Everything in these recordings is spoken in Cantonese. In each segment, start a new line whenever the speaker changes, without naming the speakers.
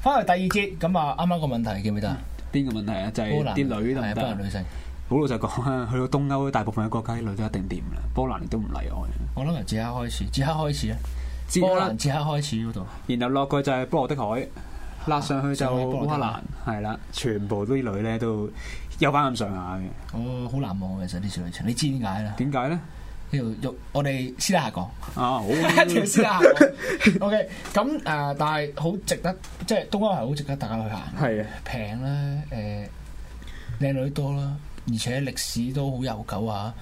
翻嚟第二節，咁啊，啱啱個問題記唔記得啊？
邊個問題啊？就係
波蘭
啲女得
係
唔
波
得
蘭
啊？
女性，
好老實講啊， 去到東歐大部分嘅國家啲女都一定掂啦，波蘭亦都唔例外。
我諗由捷克開始，捷克開始啊，
捷克
波蘭捷克開始嗰度，
然後落去就係波羅的海，拉上去就
上去波羅
烏克
的
蘭
海，
係啦，全部啲女咧都有翻咁上下嘅。
我哦好難忘嘅其實呢次旅程，你知點解啦？
點解咧？
呢度肉我哋私底下 講。
啊，好
一條絲啦。OK，咁誒、呃但係好值得，即係東歐係好值得大家去行，
係啊，
平啦，誒、靚女多啦，而且歷史都好悠久啊，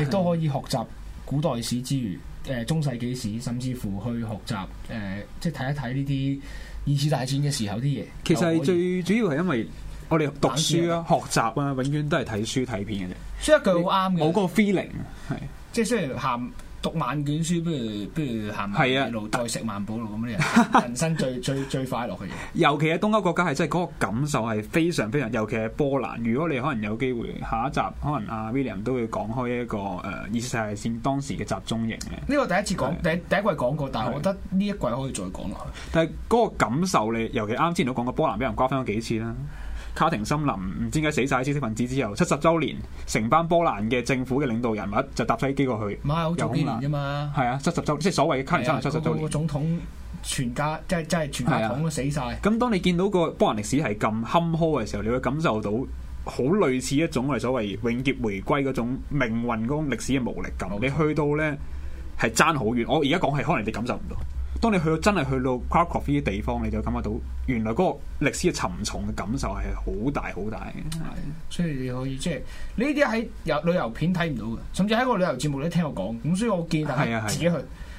亦都可以學習古代史之餘，誒、中世紀史，甚至乎去學習誒、呃即係睇一睇呢啲二次大戰嘅時候啲嘢。
其實
又可
係
以
最主要係因為我哋讀書啊、學習啊，永遠都係睇書睇片嘅啫。
所以一句好啱
冇嗰
嘅，
個 feeling 啊係
即係雖然行讀萬卷書，不如不如行萬
係啊
里路，再食萬寶路咁啲 人，人生最最最快樂嘅嘢。
尤其喺東歐國家係真係嗰個感受係非常非常，尤其係波蘭。如果你可能有機會下一集，可能阿 William 都會講開一個呃誒二次世界線當時嘅集中營嘅。
呢個第一次講，
係
第第一季講過，但係我覺得呢一季可以再講落去。
但係嗰個感受你，尤其啱之前都講過，波蘭俾人瓜分咗幾次啦。卡廷森林唔知點解死晒知識分子之後，七十週年，成班波蘭嘅政府嘅領導人物就搭飛機過去，
唔係好早幾
有空
年
啦
啫嘛。
係啊，七十週即係所謂嘅卡廷森林七十週
個
年。
總統全家，即係即係全
係
家
啊
統都死晒。
咁當你見到個波蘭歷史係咁坎坷嘅時候，你會感受到好類似一種我哋所謂永劫回歸嗰種命運嗰種歷史嘅無力感。
冇錯
你去到呢係爭好遠，我而家講係可能你感受唔到。當你去到真係去到 c r a c o f 呢啲地方，你就感覺到原來嗰個歷史嘅沉重嘅感受係好大好大嘅。
所以你可以即係呢啲喺有旅遊片睇唔到嘅，甚至喺個旅遊節目你都聽我講。咁所以我建議大
係啊
家
係啊
自己去。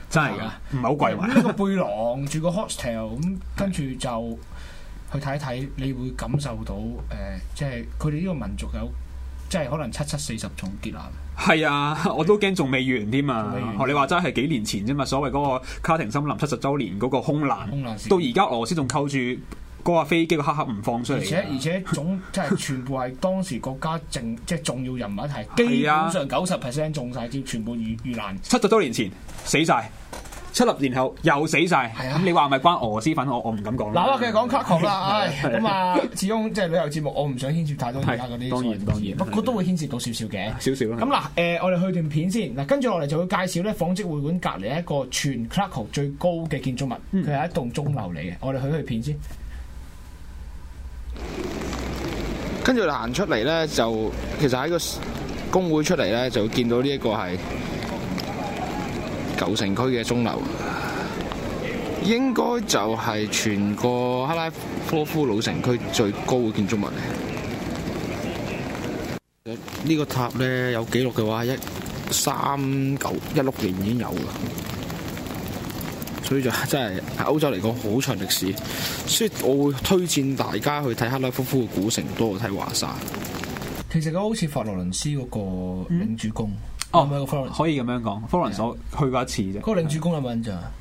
真係㗎，唔係好貴
咁
嘛。
呢個背囊住個 hostel，咁跟住就去睇一睇，你會感受到誒，即係佢哋呢個民族有即係可能七七四十種結納。
係啊，我都驚仲未完添啊
仲未！完
學你話齋係幾年前啫嘛，所謂嗰個卡廷森林七十週年嗰個空難，
空難事件
到而家俄羅斯仲扣住嗰架飛機個黑盒唔放出嚟
而
㗎。
且而且總即係全部係當時國家政即係重要人物係基
係啊
本上九十 percent 中晒招，全部遇遇難。
七十多年前死晒，七十年後又死晒。
係
咁、
啊
你話係咪關俄羅斯粉？我我唔敢講啦。
嗱，我繼續講 c a c 啦，唉，咁啊，始終即係旅遊節目，我唔想牽涉太多而家嗰啲
係當然
所謂
當然
嘅不過都會牽涉到少少嘅。
少少
咁
啦。
嗱，誒、我哋去段片先。嗱，跟住落嚟就會介紹咧，紡織會館隔離一個全 c l a c o 最高嘅建築物，
嗯
佢係一棟鐘樓嚟嘅。我哋去去片先。
跟住行出嚟呢，就其實喺個工會出嚟呢，就見到呢一個係舊城區嘅鐘樓，應該就係全個克拉科夫老城區最高嘅建築物嚟。呃呢個塔呢，有記錄嘅話，一三九一六年已經有㗎，所以就 真係喺歐洲嚟講好長歷史。所以我會推薦大家去睇克拉夫夫嘅古城多過睇華沙。
其實佢好似佛羅倫斯嗰個領
嗯
主宮，有
哦
冇去過佛羅倫斯？
可以咁樣講。Florence
啊
我去過一次啫，
嗰個領主宮有冇印象啊？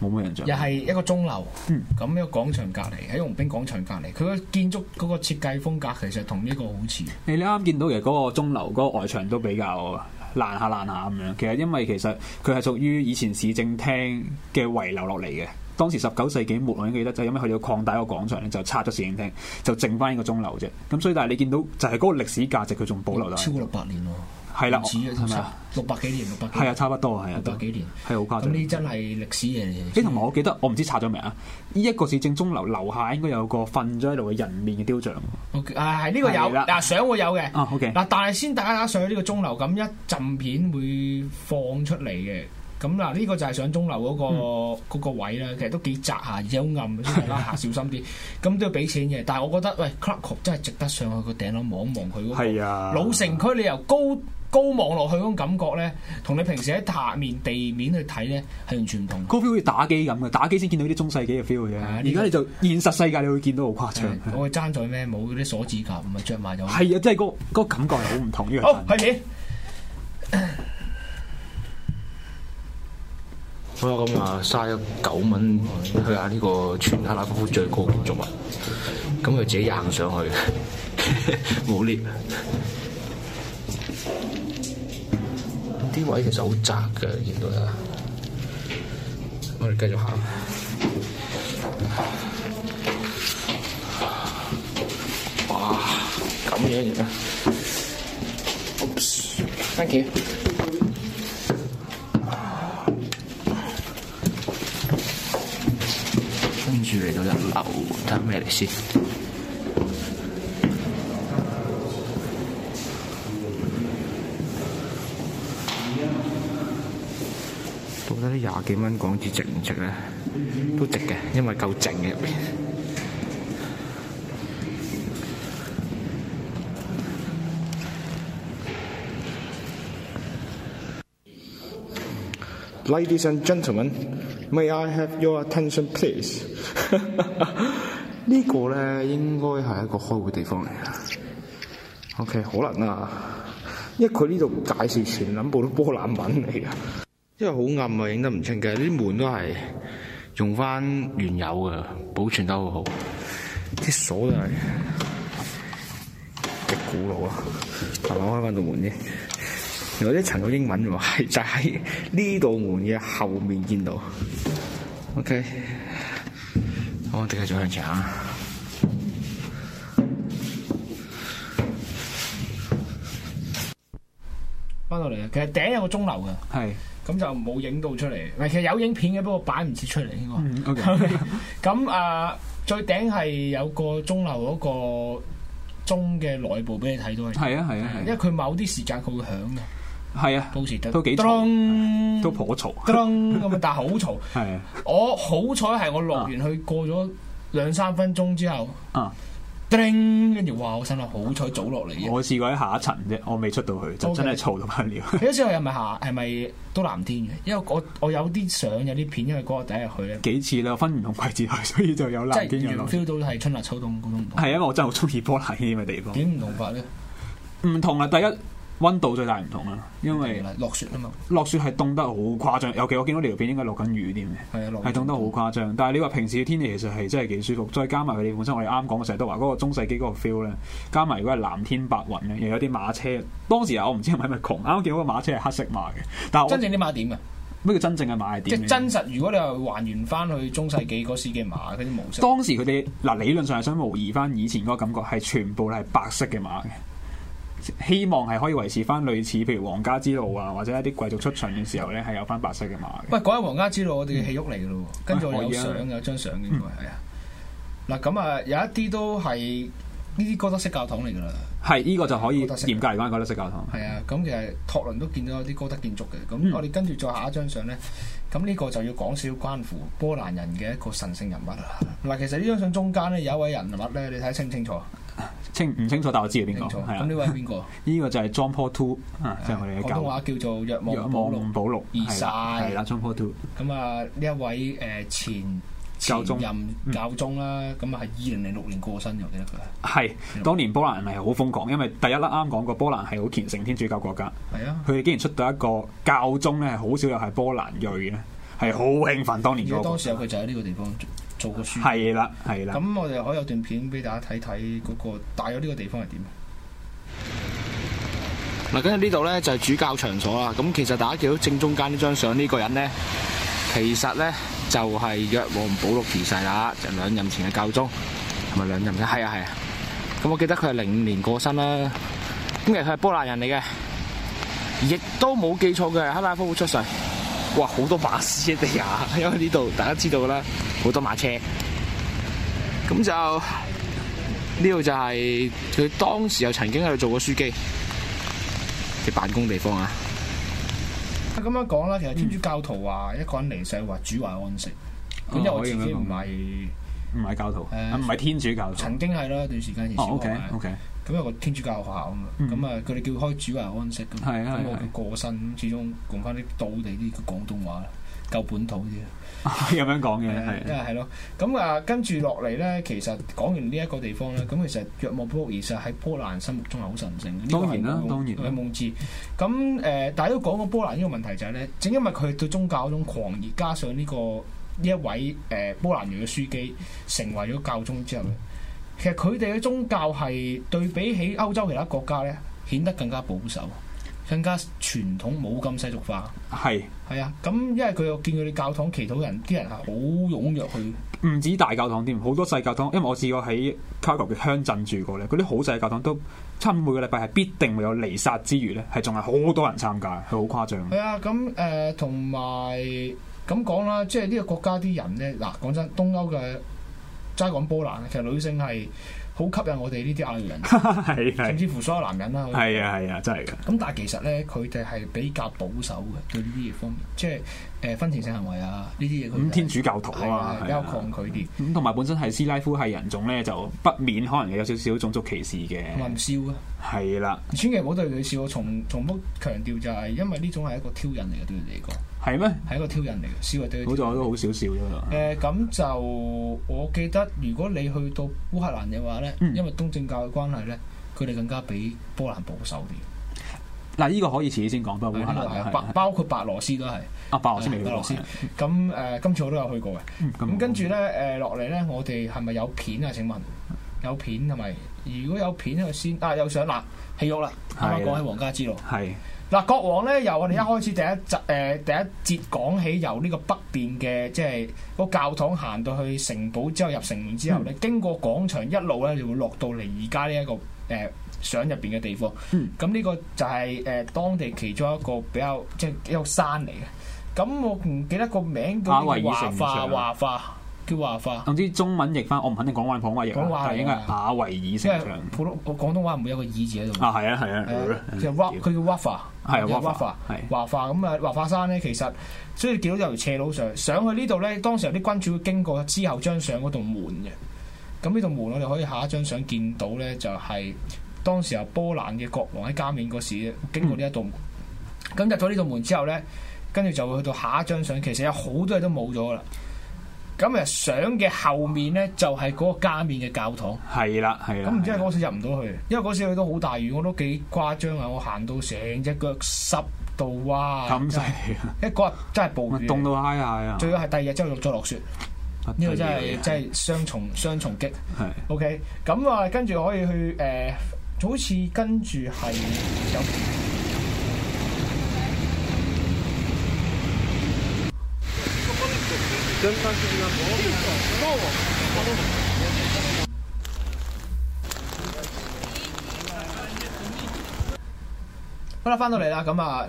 冇咩印象。
又係一個鐘樓，
嗯
咁一個廣場隔離，喺傭兵廣場隔離，佢個建築嗰個設計風格其實同呢個好似。
你啱啱見到其實嗰個鐘樓嗰個外牆都比較爛下爛下咁樣。其實因為其實佢係屬於以前市政廳嘅遺留落嚟嘅。當時十九世紀末我已經記得，就因為佢哋要擴大個廣場咧，就拆咗市政廳，就剩翻呢個鐘樓啫。咁所以但係你見到就係嗰個歷史價值，佢仲保留到喺
超過
度。
六百年咯，
係啦，
嗯唔止
係咪啊？
啊，六百幾年，六百幾
係啊，
年，
差不多係啊，
六
都
百幾年。
係好誇
咁
張。
呢真係歷史嘢嚟
誒
嘅。
同埋我記得，我唔知拆咗未啊？呢一個市政鐘樓樓下應該有個瞓咗喺度嘅人面嘅雕像。
OK，啊係呢個有
係啦
嗱相會有嘅。
啊，OK，
嗱，但係先大家上去呢個鐘樓，咁一陣片會放出嚟嘅。咁嗱，呢個就係上鐘樓
嗯
嗰個嗰個位啦，其實都幾窄下，而且好暗，所以大家行小 心啲。咁都要俾錢嘅，但係我覺得喂 c l a c o 真係值得上去個頂樓望一望佢嗰個
係啊，
老城區你由高高望落去嗰種感覺咧，同你平時喺下面地面去睇咧係完全唔同。
嗰 feel 好似打機咁嘅，打機先見到啲中世紀嘅 feel 嘅啫。
係啊
而
呢個
家你就現實世界，你會見到好誇張。
誒我哋爭在咩冇嗰啲鎖指甲，咪着埋咗。好
係啊，即係嗰嗰個感覺係好唔同呢個真係。
開始。
好啦，咁
à,
啊，嘥咗九蚊去下呢個全克拉夫夫最高建築物，咁佢自己行上 去，冇 lift。啲位其實好窄嘅，見到
à.
啦。我哋繼續行。樣嘅。Oops, thank you。跟住嚟到一樓，睇下咩嚟先。到底呢廿幾蚊港紙值唔值咧？都值嘅，因為夠靜嘅入邊。
Ladies and gentlemen, may I have your attention, please？
呢個呢應該係一個開會地方嚟嘅。OK，可能啊，因為佢呢度介紹全諗部都波蘭文嚟嘅，因為好暗啊，影得唔清嘅。啲門都係用翻原有嘅，保存得好好。啲鎖都係極古老啊！慢慢開翻道門先。有一層有英文喎，係就喺呢道門嘅後面見到。OK，好我哋繼續向前行啊。
翻到嚟啊，其實頂有個鐘樓嘅，
係，
咁就冇影到出嚟。唔係，其實有影片嘅，不過擺唔切出嚟應該。
嗯，OK，
咁啊，最頂係有個鐘樓嗰個鐘嘅內部俾你睇到嘅，
係啊，係啊，
因
係
為
啊，
佢某啲時間佢會響嘅，
係啊，
到時得
都幾嘈
咚
都頗嘈，
咚咁啊，但係好嘈。
係啊
我好彩係我落完去過咗兩三分鐘之後，
啊！
叮，跟住哇！我心諗好彩早落嚟啫。
我試過喺下一層啫，我未出到去，就
OK
真係嘈到不得了。
有時候係咪下係咪都藍天嘅？因為我我有啲相有啲片，因為嗰個第一日去咧，
幾次啦，分唔同季節去，所以就有
即
藍天有
係
落。
feel 到係春夏秋冬嗰種唔同。
係因為我真係好中意波蘭呢啲咁嘅地方。
點唔同法咧？
唔同啦，啊第一温度最大唔同啦，因為
落雪啊嘛，
落雪係凍得好誇張，尤其我見到呢條片應該落緊雨添嘅，
係啊，落
係凍得好誇張。但係你話平時嘅天氣其實係真係幾舒服，再加埋佢哋本身我哋啱講嘅成日都話嗰個中世紀嗰個 feel 咧，加埋如果係藍天白雲咧，又有啲馬車。當時啊，我唔知係咪咪窮，啱啱見到個馬車係黑色馬嘅，但係
真
我
正啲馬點啊！
咩叫真正嘅馬係
即
點
係
嘅？
真實，如果你話還原翻去中世紀嗰時嘅馬嗰啲模式，
當時佢哋嗱理論上係想模擬翻以前嗰個感覺，係全部係白色嘅馬嘅，希望係可以維持翻類似譬如皇家之路啊，或者一啲貴族出巡嘅時候咧，係有翻白色嘅馬嘅。
喂，講起皇家之路，我哋嘅戲喐嚟嘅咯喎，跟住我有
可以啊
相有張相應該係啊。嗱咁啊，有一啲都係呢啲哥德式教堂嚟㗎啦，
係呢、個就可以
覺得色嘅
嚴格嚟講，覺得色教堂。
係啊。咁其實托倫都見到有啲高德建築嘅。
嗯
咁我哋跟住再下一張相咧，咁呢個就要講少關乎波蘭人嘅一個神聖人物啦。嗱，其實呢張相中間咧有一位人物咧，你睇清唔清楚？
清唔清楚，但我知係邊
清
個。
楚。
係
咁呢
啦，
位係邊個？
呢個就係 John Paul Two 啊，就係我哋嘅
廣
教
東話叫做若望保祿。
望保祿
二世
係啦係啦，John 啊 Paul Two
咁啊，呢一位誒、呃前前
教宗
任
嗯
教宗啦，咁啊係二零零六年過身嘅，我記得佢係
係當年波蘭人係好瘋狂，因為第一啦啱講過，波蘭係好虔誠天主教國家。
係啊。
佢哋竟然出到一個教宗咧，好少有係波蘭裔咧，係好興奮當
而
年
且
嗰、
當時
個。
候佢就喺呢個地方做做過書。
係啦，係啦。
咁我哋可以有段片俾大家睇睇嗰個大約呢個地方係點。
嗱，跟住呢度呢就係主教場所啦。咁其實大家見到正中間呢張相呢個人呢，其實呢就係若望保禄二世啦，就兩任前嘅教宗，係咪兩任嘅？係啊係啊。咁我記得佢係零五年過身啦。咁其實佢係波蘭人嚟嘅，亦都冇記錯嘅，克拉夫出世。哇，好多馬師啊地下， 因為呢度大家知道㗎啦，好多馬車。咁就呢度就係佢當時又曾經喺度做過書記嘅辦公地方啊。
咁樣講啦，其實天主教徒話一個人離世話主懷安息。咁因為我自己唔
哦
係
唔係教徒，
誒
啊唔係天主教徒。
曾經係啦，一段時間以前
哦
我
，OK
係
OK，
咁有個天主教學校啊嘛，
嗯
咁啊佢哋叫開主懷安息咁，
係啊
咁
係
我
啊
佢過身，咁始終講翻啲道地啲嘅廣東話啦，夠本土啲啊。
咁樣講嘅
係因
係
為係咯，咁啊跟住落嚟咧，其實講完呢一個地方咧，咁其實若望保祿二世喺波蘭心目中係好神聖嘅，
當然啦當然啦
係夢志。咁誒、呃但係都講過波蘭呢個問題就係、咧，正因為佢對宗教嗰種狂熱，加上呢、個呢一位誒、呃波蘭裔嘅書記成為咗教宗之後咧，其實佢哋嘅宗教係對比起歐洲其他國家咧，顯得更加保守，更加傳統，冇咁世俗化。
係
係啊，咁因為佢又見佢哋教堂祈禱人，啲人係好踴躍去
唔止大教堂添，好多細教堂，因為我試過喺 Cargo 嘅鄉鎮住過咧，嗰啲好細嘅教堂都差唔多每個禮拜係必定會有彌撒之餘咧，係仲係好多人參加，係好誇張。
係啊，咁誒同埋咁講啦，即係呢個國家啲人咧，嗱講真，東歐嘅齋講波蘭，其實女性係好吸引我哋呢啲亞裔人，
係
甚
係
至乎所有男人啦。
係啊係啊，真係嘅。
咁但係其實咧，佢哋係比較保守嘅對呢啲嘢方面，即係誒婚前性行為啊呢啲嘢佢哋係，
咁天主教徒
係
啊
啊，
係啊
比較抗拒啲，
咁同埋本身係斯拉夫系人種咧，就不免可能有少少種族歧視嘅。
同埋唔笑啊。
係啦，
千祈唔好對佢笑，我重重複強調就係，因為呢種係一個挑釁嚟嘅對佢哋嚟講，
係咩？
係一個挑釁嚟嘅，笑係對佢
好
哋。
在我都好少少啫嘛。
誒咁、就我記得，如果你去到烏克蘭嘅話咧，
嗯
因為東正教嘅關係咧，佢哋更加比波蘭保守啲。
嗱，呢個可以遲啲先講，不過烏克
係
蘭
啊
哦係
包包括白羅斯都係。
啊，白羅斯未去
白
過
羅斯咁誒、今次我都有去過嘅。
嗯
咁跟住咧，誒落嚟咧，我哋係咪有片啊？請問有片係咪？如果有片佢先啊，又上啦，戲肉啦，啱啱
係
講
啦
起皇家之路。
係
嗱，國王咧由我哋一開始第一集誒、第一節講起，由呢個北邊嘅即係個教堂行到去城堡之後入城門之後咧，
嗯
經過廣場一路咧就會落到嚟而家呢一個誒、相入邊嘅地方。
嗯
咁呢個就係、誒、當地其中一個比較即係一個山嚟嘅。咁我唔記得個名叫
阿
咩華
維爾城
化
上
華化叫華化，
總之中文譯翻，我唔肯定講話普通話譯
講
啦，
話
但係應該係亞
即係
維爾城牆。
普通我廣東話唔會有個耳字喺度。
啊，係啊，係啊
誒，就挖佢叫挖化，
係啊
就
挖
挖
化
化，
係
華化咁啊，華化山咧其實，所以見到有條斜路上上去呢度咧，當時有啲君主會經過之後張相嗰道門嘅，咁呢道門我哋可以下一張相見到咧，就係、當時候波蘭嘅國王喺加冕嗰時經過呢一道門，咁入咗呢道門之後咧，跟住就會去到下一張相，其實有好多嘢都冇咗啦。咁誒相嘅後面咧，就係、嗰個加冕嘅教堂。
係啦，係啊啦。
咁唔知係
係啦
嗰時入唔到去，因為嗰時佢都好大雨，我都幾誇張啊！我行到成隻腳濕到哇！
咁犀利啊！
一嗰日真係暴
咪
雨，
凍到嗨嗨啊！
最好係第二日之後再落雪，呢個真係
係
真係雙重雙重擊。
係
OK，咁啊，跟住可以去誒、呃好似跟住係有。好啦，翻到嚟啦，咁啊，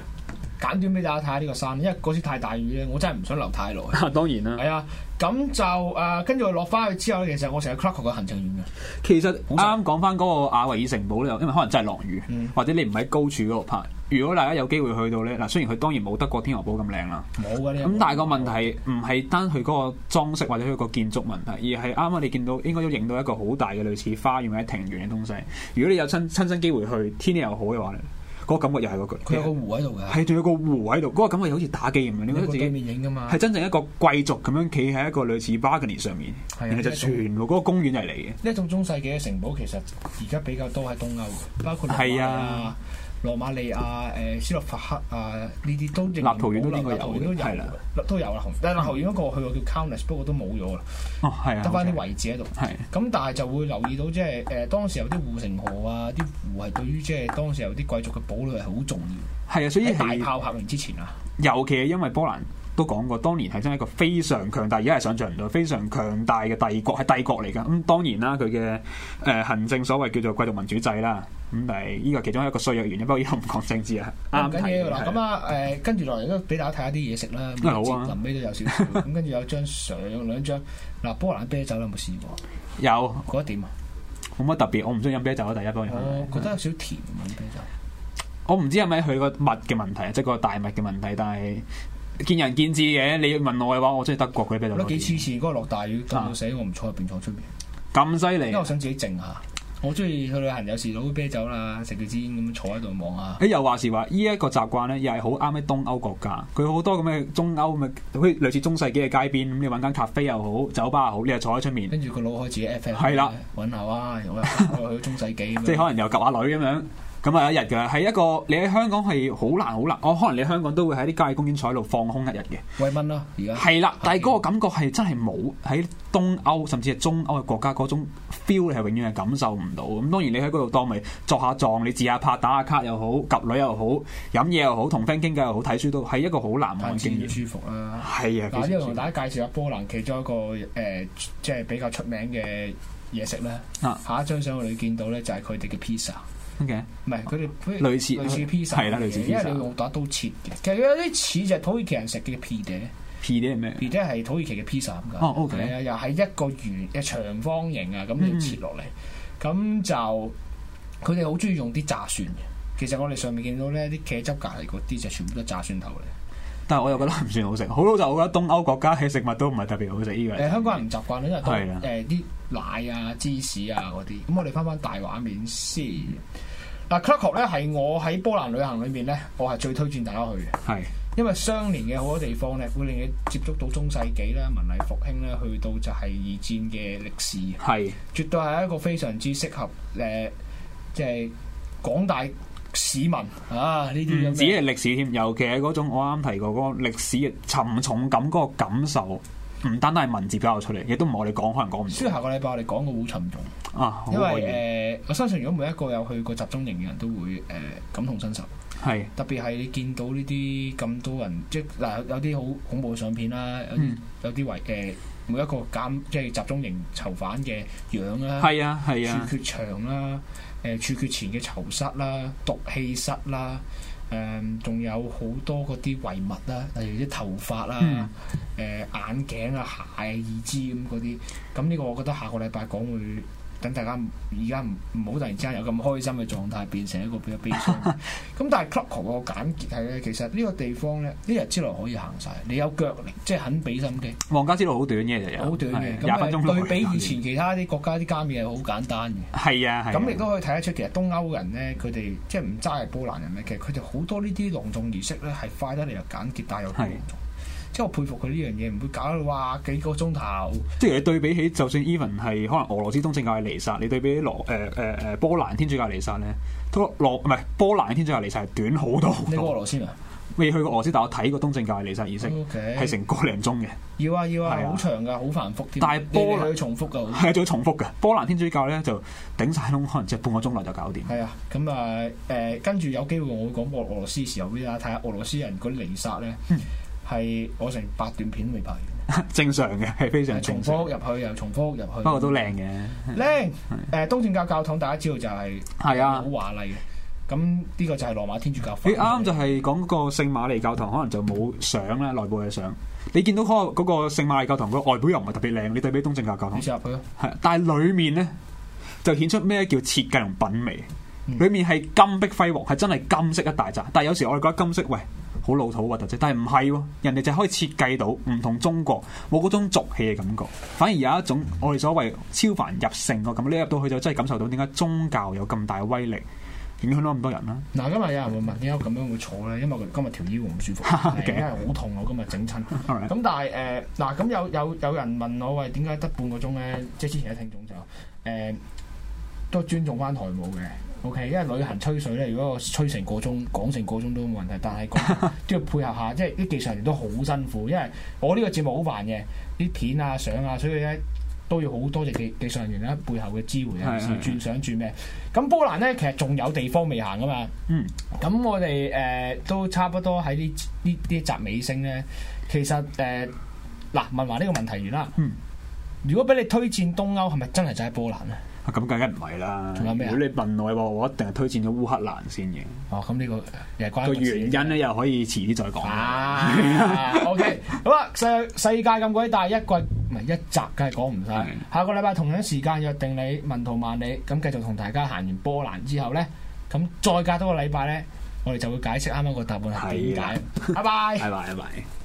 簡短俾大家睇下呢個山，因為嗰時太大雨咧，我真係唔想留太耐。
當然啦。
係啊，咁就誒，跟住我落翻去之後咧，其實我成日 clock 佢個行程員嘅。
其實啱啱講翻嗰個亞維爾城堡咧，因為可能真係落雨，
嗯
或者你唔喺高處嗰度拍。如果大家有機會去到咧，嗱，雖然佢當然冇德國天鵝堡咁靚啦，
冇嘅呢一個。
咁但係個問題唔係單佢嗰個裝飾或者佢個建築問題，而係啱啱你見到應該都影到一個好大嘅類似花園或者庭園嘅東西。如果你有親親身機會去，天氣又好嘅話咧，嗰、個感覺又係嗰句，
佢有個湖喺度嘅，
係仲有個湖喺度，嗰、個感覺又好似打機咁樣，你覺
有
得
個
自
對
己。
面影噶嘛
係。真正一個貴族咁樣企喺一個類似 balcony 上面，
係啊
然後就全部嗰個公園係嚟嘅。
呢一種中世紀嘅城堡其實而家比較多喺東歐嘅，包括羅馬利
係
亞
啊、
羅馬利亞、誒斯洛伐克啊呢啲都仍然
立陶宛都應該有
立陶宛都有
係啦
嘅，都有啦。紅但係立陶宛嗰個我去過叫 Kaunas，不過都冇咗啦，
哦，係啊，
得翻啲
好似
遺址喺度。
係。係
咁但係就會留意到即係誒當時有啲護城河啊，啲湖係對於即係當時有啲貴族嘅堡壘係好重要。
係啊，所以
喺大
係，
炮革命之前啊，
尤其係因為波蘭都講過，當年係真係一個非常強大，而家係想像唔到非常強大嘅帝國，係帝國嚟㗎。咁當然啦，佢嘅誒行政所謂叫做貴族民主制啦。咁但係呢個其中一個衰弱原因，不過依家唔講政 治啊。啱
哦唔緊要啦，
提嘅
咁啊誒，跟住落嚟都俾大家睇下啲嘢食啦。咁
啊好啊
臨尾都有少少，咁跟住有張相兩張。嗱，波蘭啤酒你有冇試過？
有
覺得點啊？
冇乜特別，我唔中意飲啤酒啊，第一方面。
我覺得有少甜啊啤酒。
我唔知係咪佢個物嘅問題，即係個大物嘅問題，但係見仁見智嘅。你問我嘅話，我中意德國嗰啲啤酒
我
多
覺得
啲。
幾黐線，嗰個落大雨凍到死，我唔坐入邊坐出邊，
咁犀
因
利
為？我想自己靜下。我中意去旅行，有時攞杯啤酒啦，食住支煙咁坐喺度望下。
誒又話是話，呢一個習慣咧，又係好啱喺東歐國家。佢好多咁嘅中歐咁嘅，好似類似中世紀嘅街邊，咁你揾間咖啡又好，酒吧又好，你就坐喺出面，
跟住個腦開始自己 F M，
係啦，
揾下哇，我又我又去咗中世紀咁樣，
即係可能又及下女咁樣。咁啊有一日嘅，喺一個你喺香港係好難好難，我、可能你喺香港都會喺啲郊野公園坐喺度放空一日嘅，
慰問啦，而家
係啦。但係嗰個感覺係真係冇喺東歐甚至係中歐嘅國家嗰種 feel 你係永遠係感受唔到。咁當然你喺嗰度當咪作下撞，你自下拍打下卡又好，及女又好，飲嘢又好，同 friend 傾偈又好，睇書都係一個好難忘
太
嘅經
自
驗。
舒服啦。
係啊，
嗱，呢度
非常之
同大家介紹下波蘭其中一個誒、呃即係比較出名嘅嘢食啦。
啊
下一張相我哋見到咧，就係佢哋嘅 pizza，
OK
唔係佢哋佢哋
啊類似
類似 pizza，
係啦類似
因為
pizza
你用打刀切嘅，其實有啲似就係土耳其人食嘅 p 嘅
P 啲係咩？
p 咧係土耳其嘅 pizza 咁解。
嗯哦，OK
係啊，又係一個圓嘅長方形啊，咁你切落嚟，咁、
嗯
就佢哋好中意用啲炸蒜嘅。其實我哋上面見到咧啲茄汁隔離嗰啲就全部都係炸蒜頭嚟。
但係我又覺得唔算好食。好老實，我覺得東歐國家嘅食物都唔係特別好食。呢個
誒、
係
香港人唔習慣啦，因為都
係啊
誒啲奶啊、芝士啊嗰啲。咁我哋翻翻大畫面先。嗱 c l a c k 咧係我喺波蘭旅行裏面咧，我係最推薦大家去嘅，
係
因為相連嘅好多地方咧，會令你接觸到中世紀啦、文藝復興啦，去到就係二戰嘅歷史，
係
絕對係一個非常之適合誒，即係廣大市民啊呢啲咁
唔止
嘅
係歷史添，尤其係嗰種我啱提過嗰個歷史嘅沉重感嗰個感受，唔單單係文字交流出嚟，亦都唔係我哋講可能講唔
所以下個禮拜我哋講個好沉重。
到啊。好
因
可以
為誒、我相信如果每一個有去過集中營嘅人都會誒、感同身受，
係
特別係你見到呢啲咁多人，即係嗱有有啲好恐怖嘅相片啦，有啲
嗯
有啲為誒每一個監即係集中營囚犯嘅樣啦，
係啊係啊
處決場啦，誒、處決前嘅囚室啦、毒氣室啦。誒，仲有好多嗰啲遺物啦，例如啲頭髮啊啦、誒、
嗯
眼鏡啊、鞋、耳枝咁嗰啲。咁呢個我覺得下個禮拜講會等大家唔而家唔唔好突然之間有咁開心嘅狀態，變成一個比較悲 傷。咁但係 Clock 個簡潔係咧，其實呢個地方咧，一日之內可以行晒。你有腳力，即係肯俾心機，
皇家之路好短嘅，其實有
好短嘅。
係廿
咁
分鐘
誒
內
對比以前其他啲國家啲監嘢係好簡單嘅。
係啊係啊。
咁亦都可以睇得出，其實東歐人咧，佢哋即係唔齋係波蘭人咧，其實佢哋好多呢啲隆重儀式咧，係快得嚟又簡潔，但係又隆重。即係我佩服佢呢樣嘢，唔會搞到哇幾個鐘頭。
即係你對比起，就算 even 係可能俄羅斯東正教嘅彌撒，你對比起呃羅誒誒誒波蘭天主教嘅彌撒咧，都羅唔係波蘭嘅天主教彌撒係短好多好
你過俄
多。
羅斯啊
未去過俄羅斯，但我睇過東正教嘅彌撒儀式，
？O
係
K，
成個零鐘嘅，
要啊要
係
啊，
啊
好長㗎，好繁複添。
但係波蘭
你去重複㗎，好
係仲要重複嘅。波蘭天主教咧就頂晒窿，可能即係半個鐘內就搞掂。
係啊。咁啊誒，跟住有機會我會講過俄羅斯時候俾大家睇下俄羅斯人嗰啲離殺咧
嗯，
係我成八段片未拍完，
正常嘅，係非常
重
正
複
常。
入去又重複入去。
不過都靚嘅，
靚誒東正教教堂，大家知道就係
係啊
好。華麗嘅。咁呢個就係羅馬天主教
你
分。
啱啱就係講個聖瑪利教堂，可能就冇相啦，內部嘅相。你見到嗰個嗰個聖瑪利教堂個外表又唔係特別靚，你對比東正教教堂
你。試入去咯，
係，但係裡面咧就顯出咩叫設計同品味。
嗯
裡面係金碧輝煌，係真係金色一大扎。但係有時我哋覺得金色，喂，好老土核突啫。但係唔係喎，人哋就係可以設計到唔同中國冇嗰種俗氣嘅感覺，反而有一種我哋所謂超凡入聖個咁。你入到去就真係感受到點解宗教有咁大嘅威力，影響到咁多人啦。
嗱，今日有人會問點解咁樣會坐咧？因為佢今日條腰唔舒 服，
嘅
因為好痛，啊我今日整 親。
Alright
咁但係誒嗱，咁有有有人問我喂，點解得半個鐘咧？即係之前嘅聽眾就誒呃都尊重翻台務嘅。OK，因為旅行吹水咧，如果我吹成個鐘、 講成個鐘都冇問題，但係 講都要配合下，即係啲技術人員都好辛苦，因為我呢個節目好煩嘅，啲片啊、相啊，所以咧都要好多謝技技術人員啦，背後嘅支援啊，有
係係係
時轉相轉咩？咁波蘭咧，其實仲有地方未行噶嘛。
嗯，
咁我哋誒、呃都差不多喺呢呢呢集尾聲咧。其實誒呃嗱、問埋呢個問題完啦。
嗯。
如果俾你推薦東歐，係咪真係就喺波蘭咧？
啊咁梗係唔係啦。
仲有咩啊
如果你問我嘅話，我一定係推薦咗烏克蘭先嘅。
哦，咁呢個又係關
個
一事
原因咧又可以遲啲再講。
啊，OK，好啦，世世界咁鬼大，一季唔係一集，梗係講唔晒
係。
下個禮拜同樣時間約定你文圖萬里，咁繼續同大家行完波蘭之後咧，咁再隔多個禮拜咧，我哋就會解釋啱啱個答案係點
係啊
解。拜拜。
拜拜拜拜。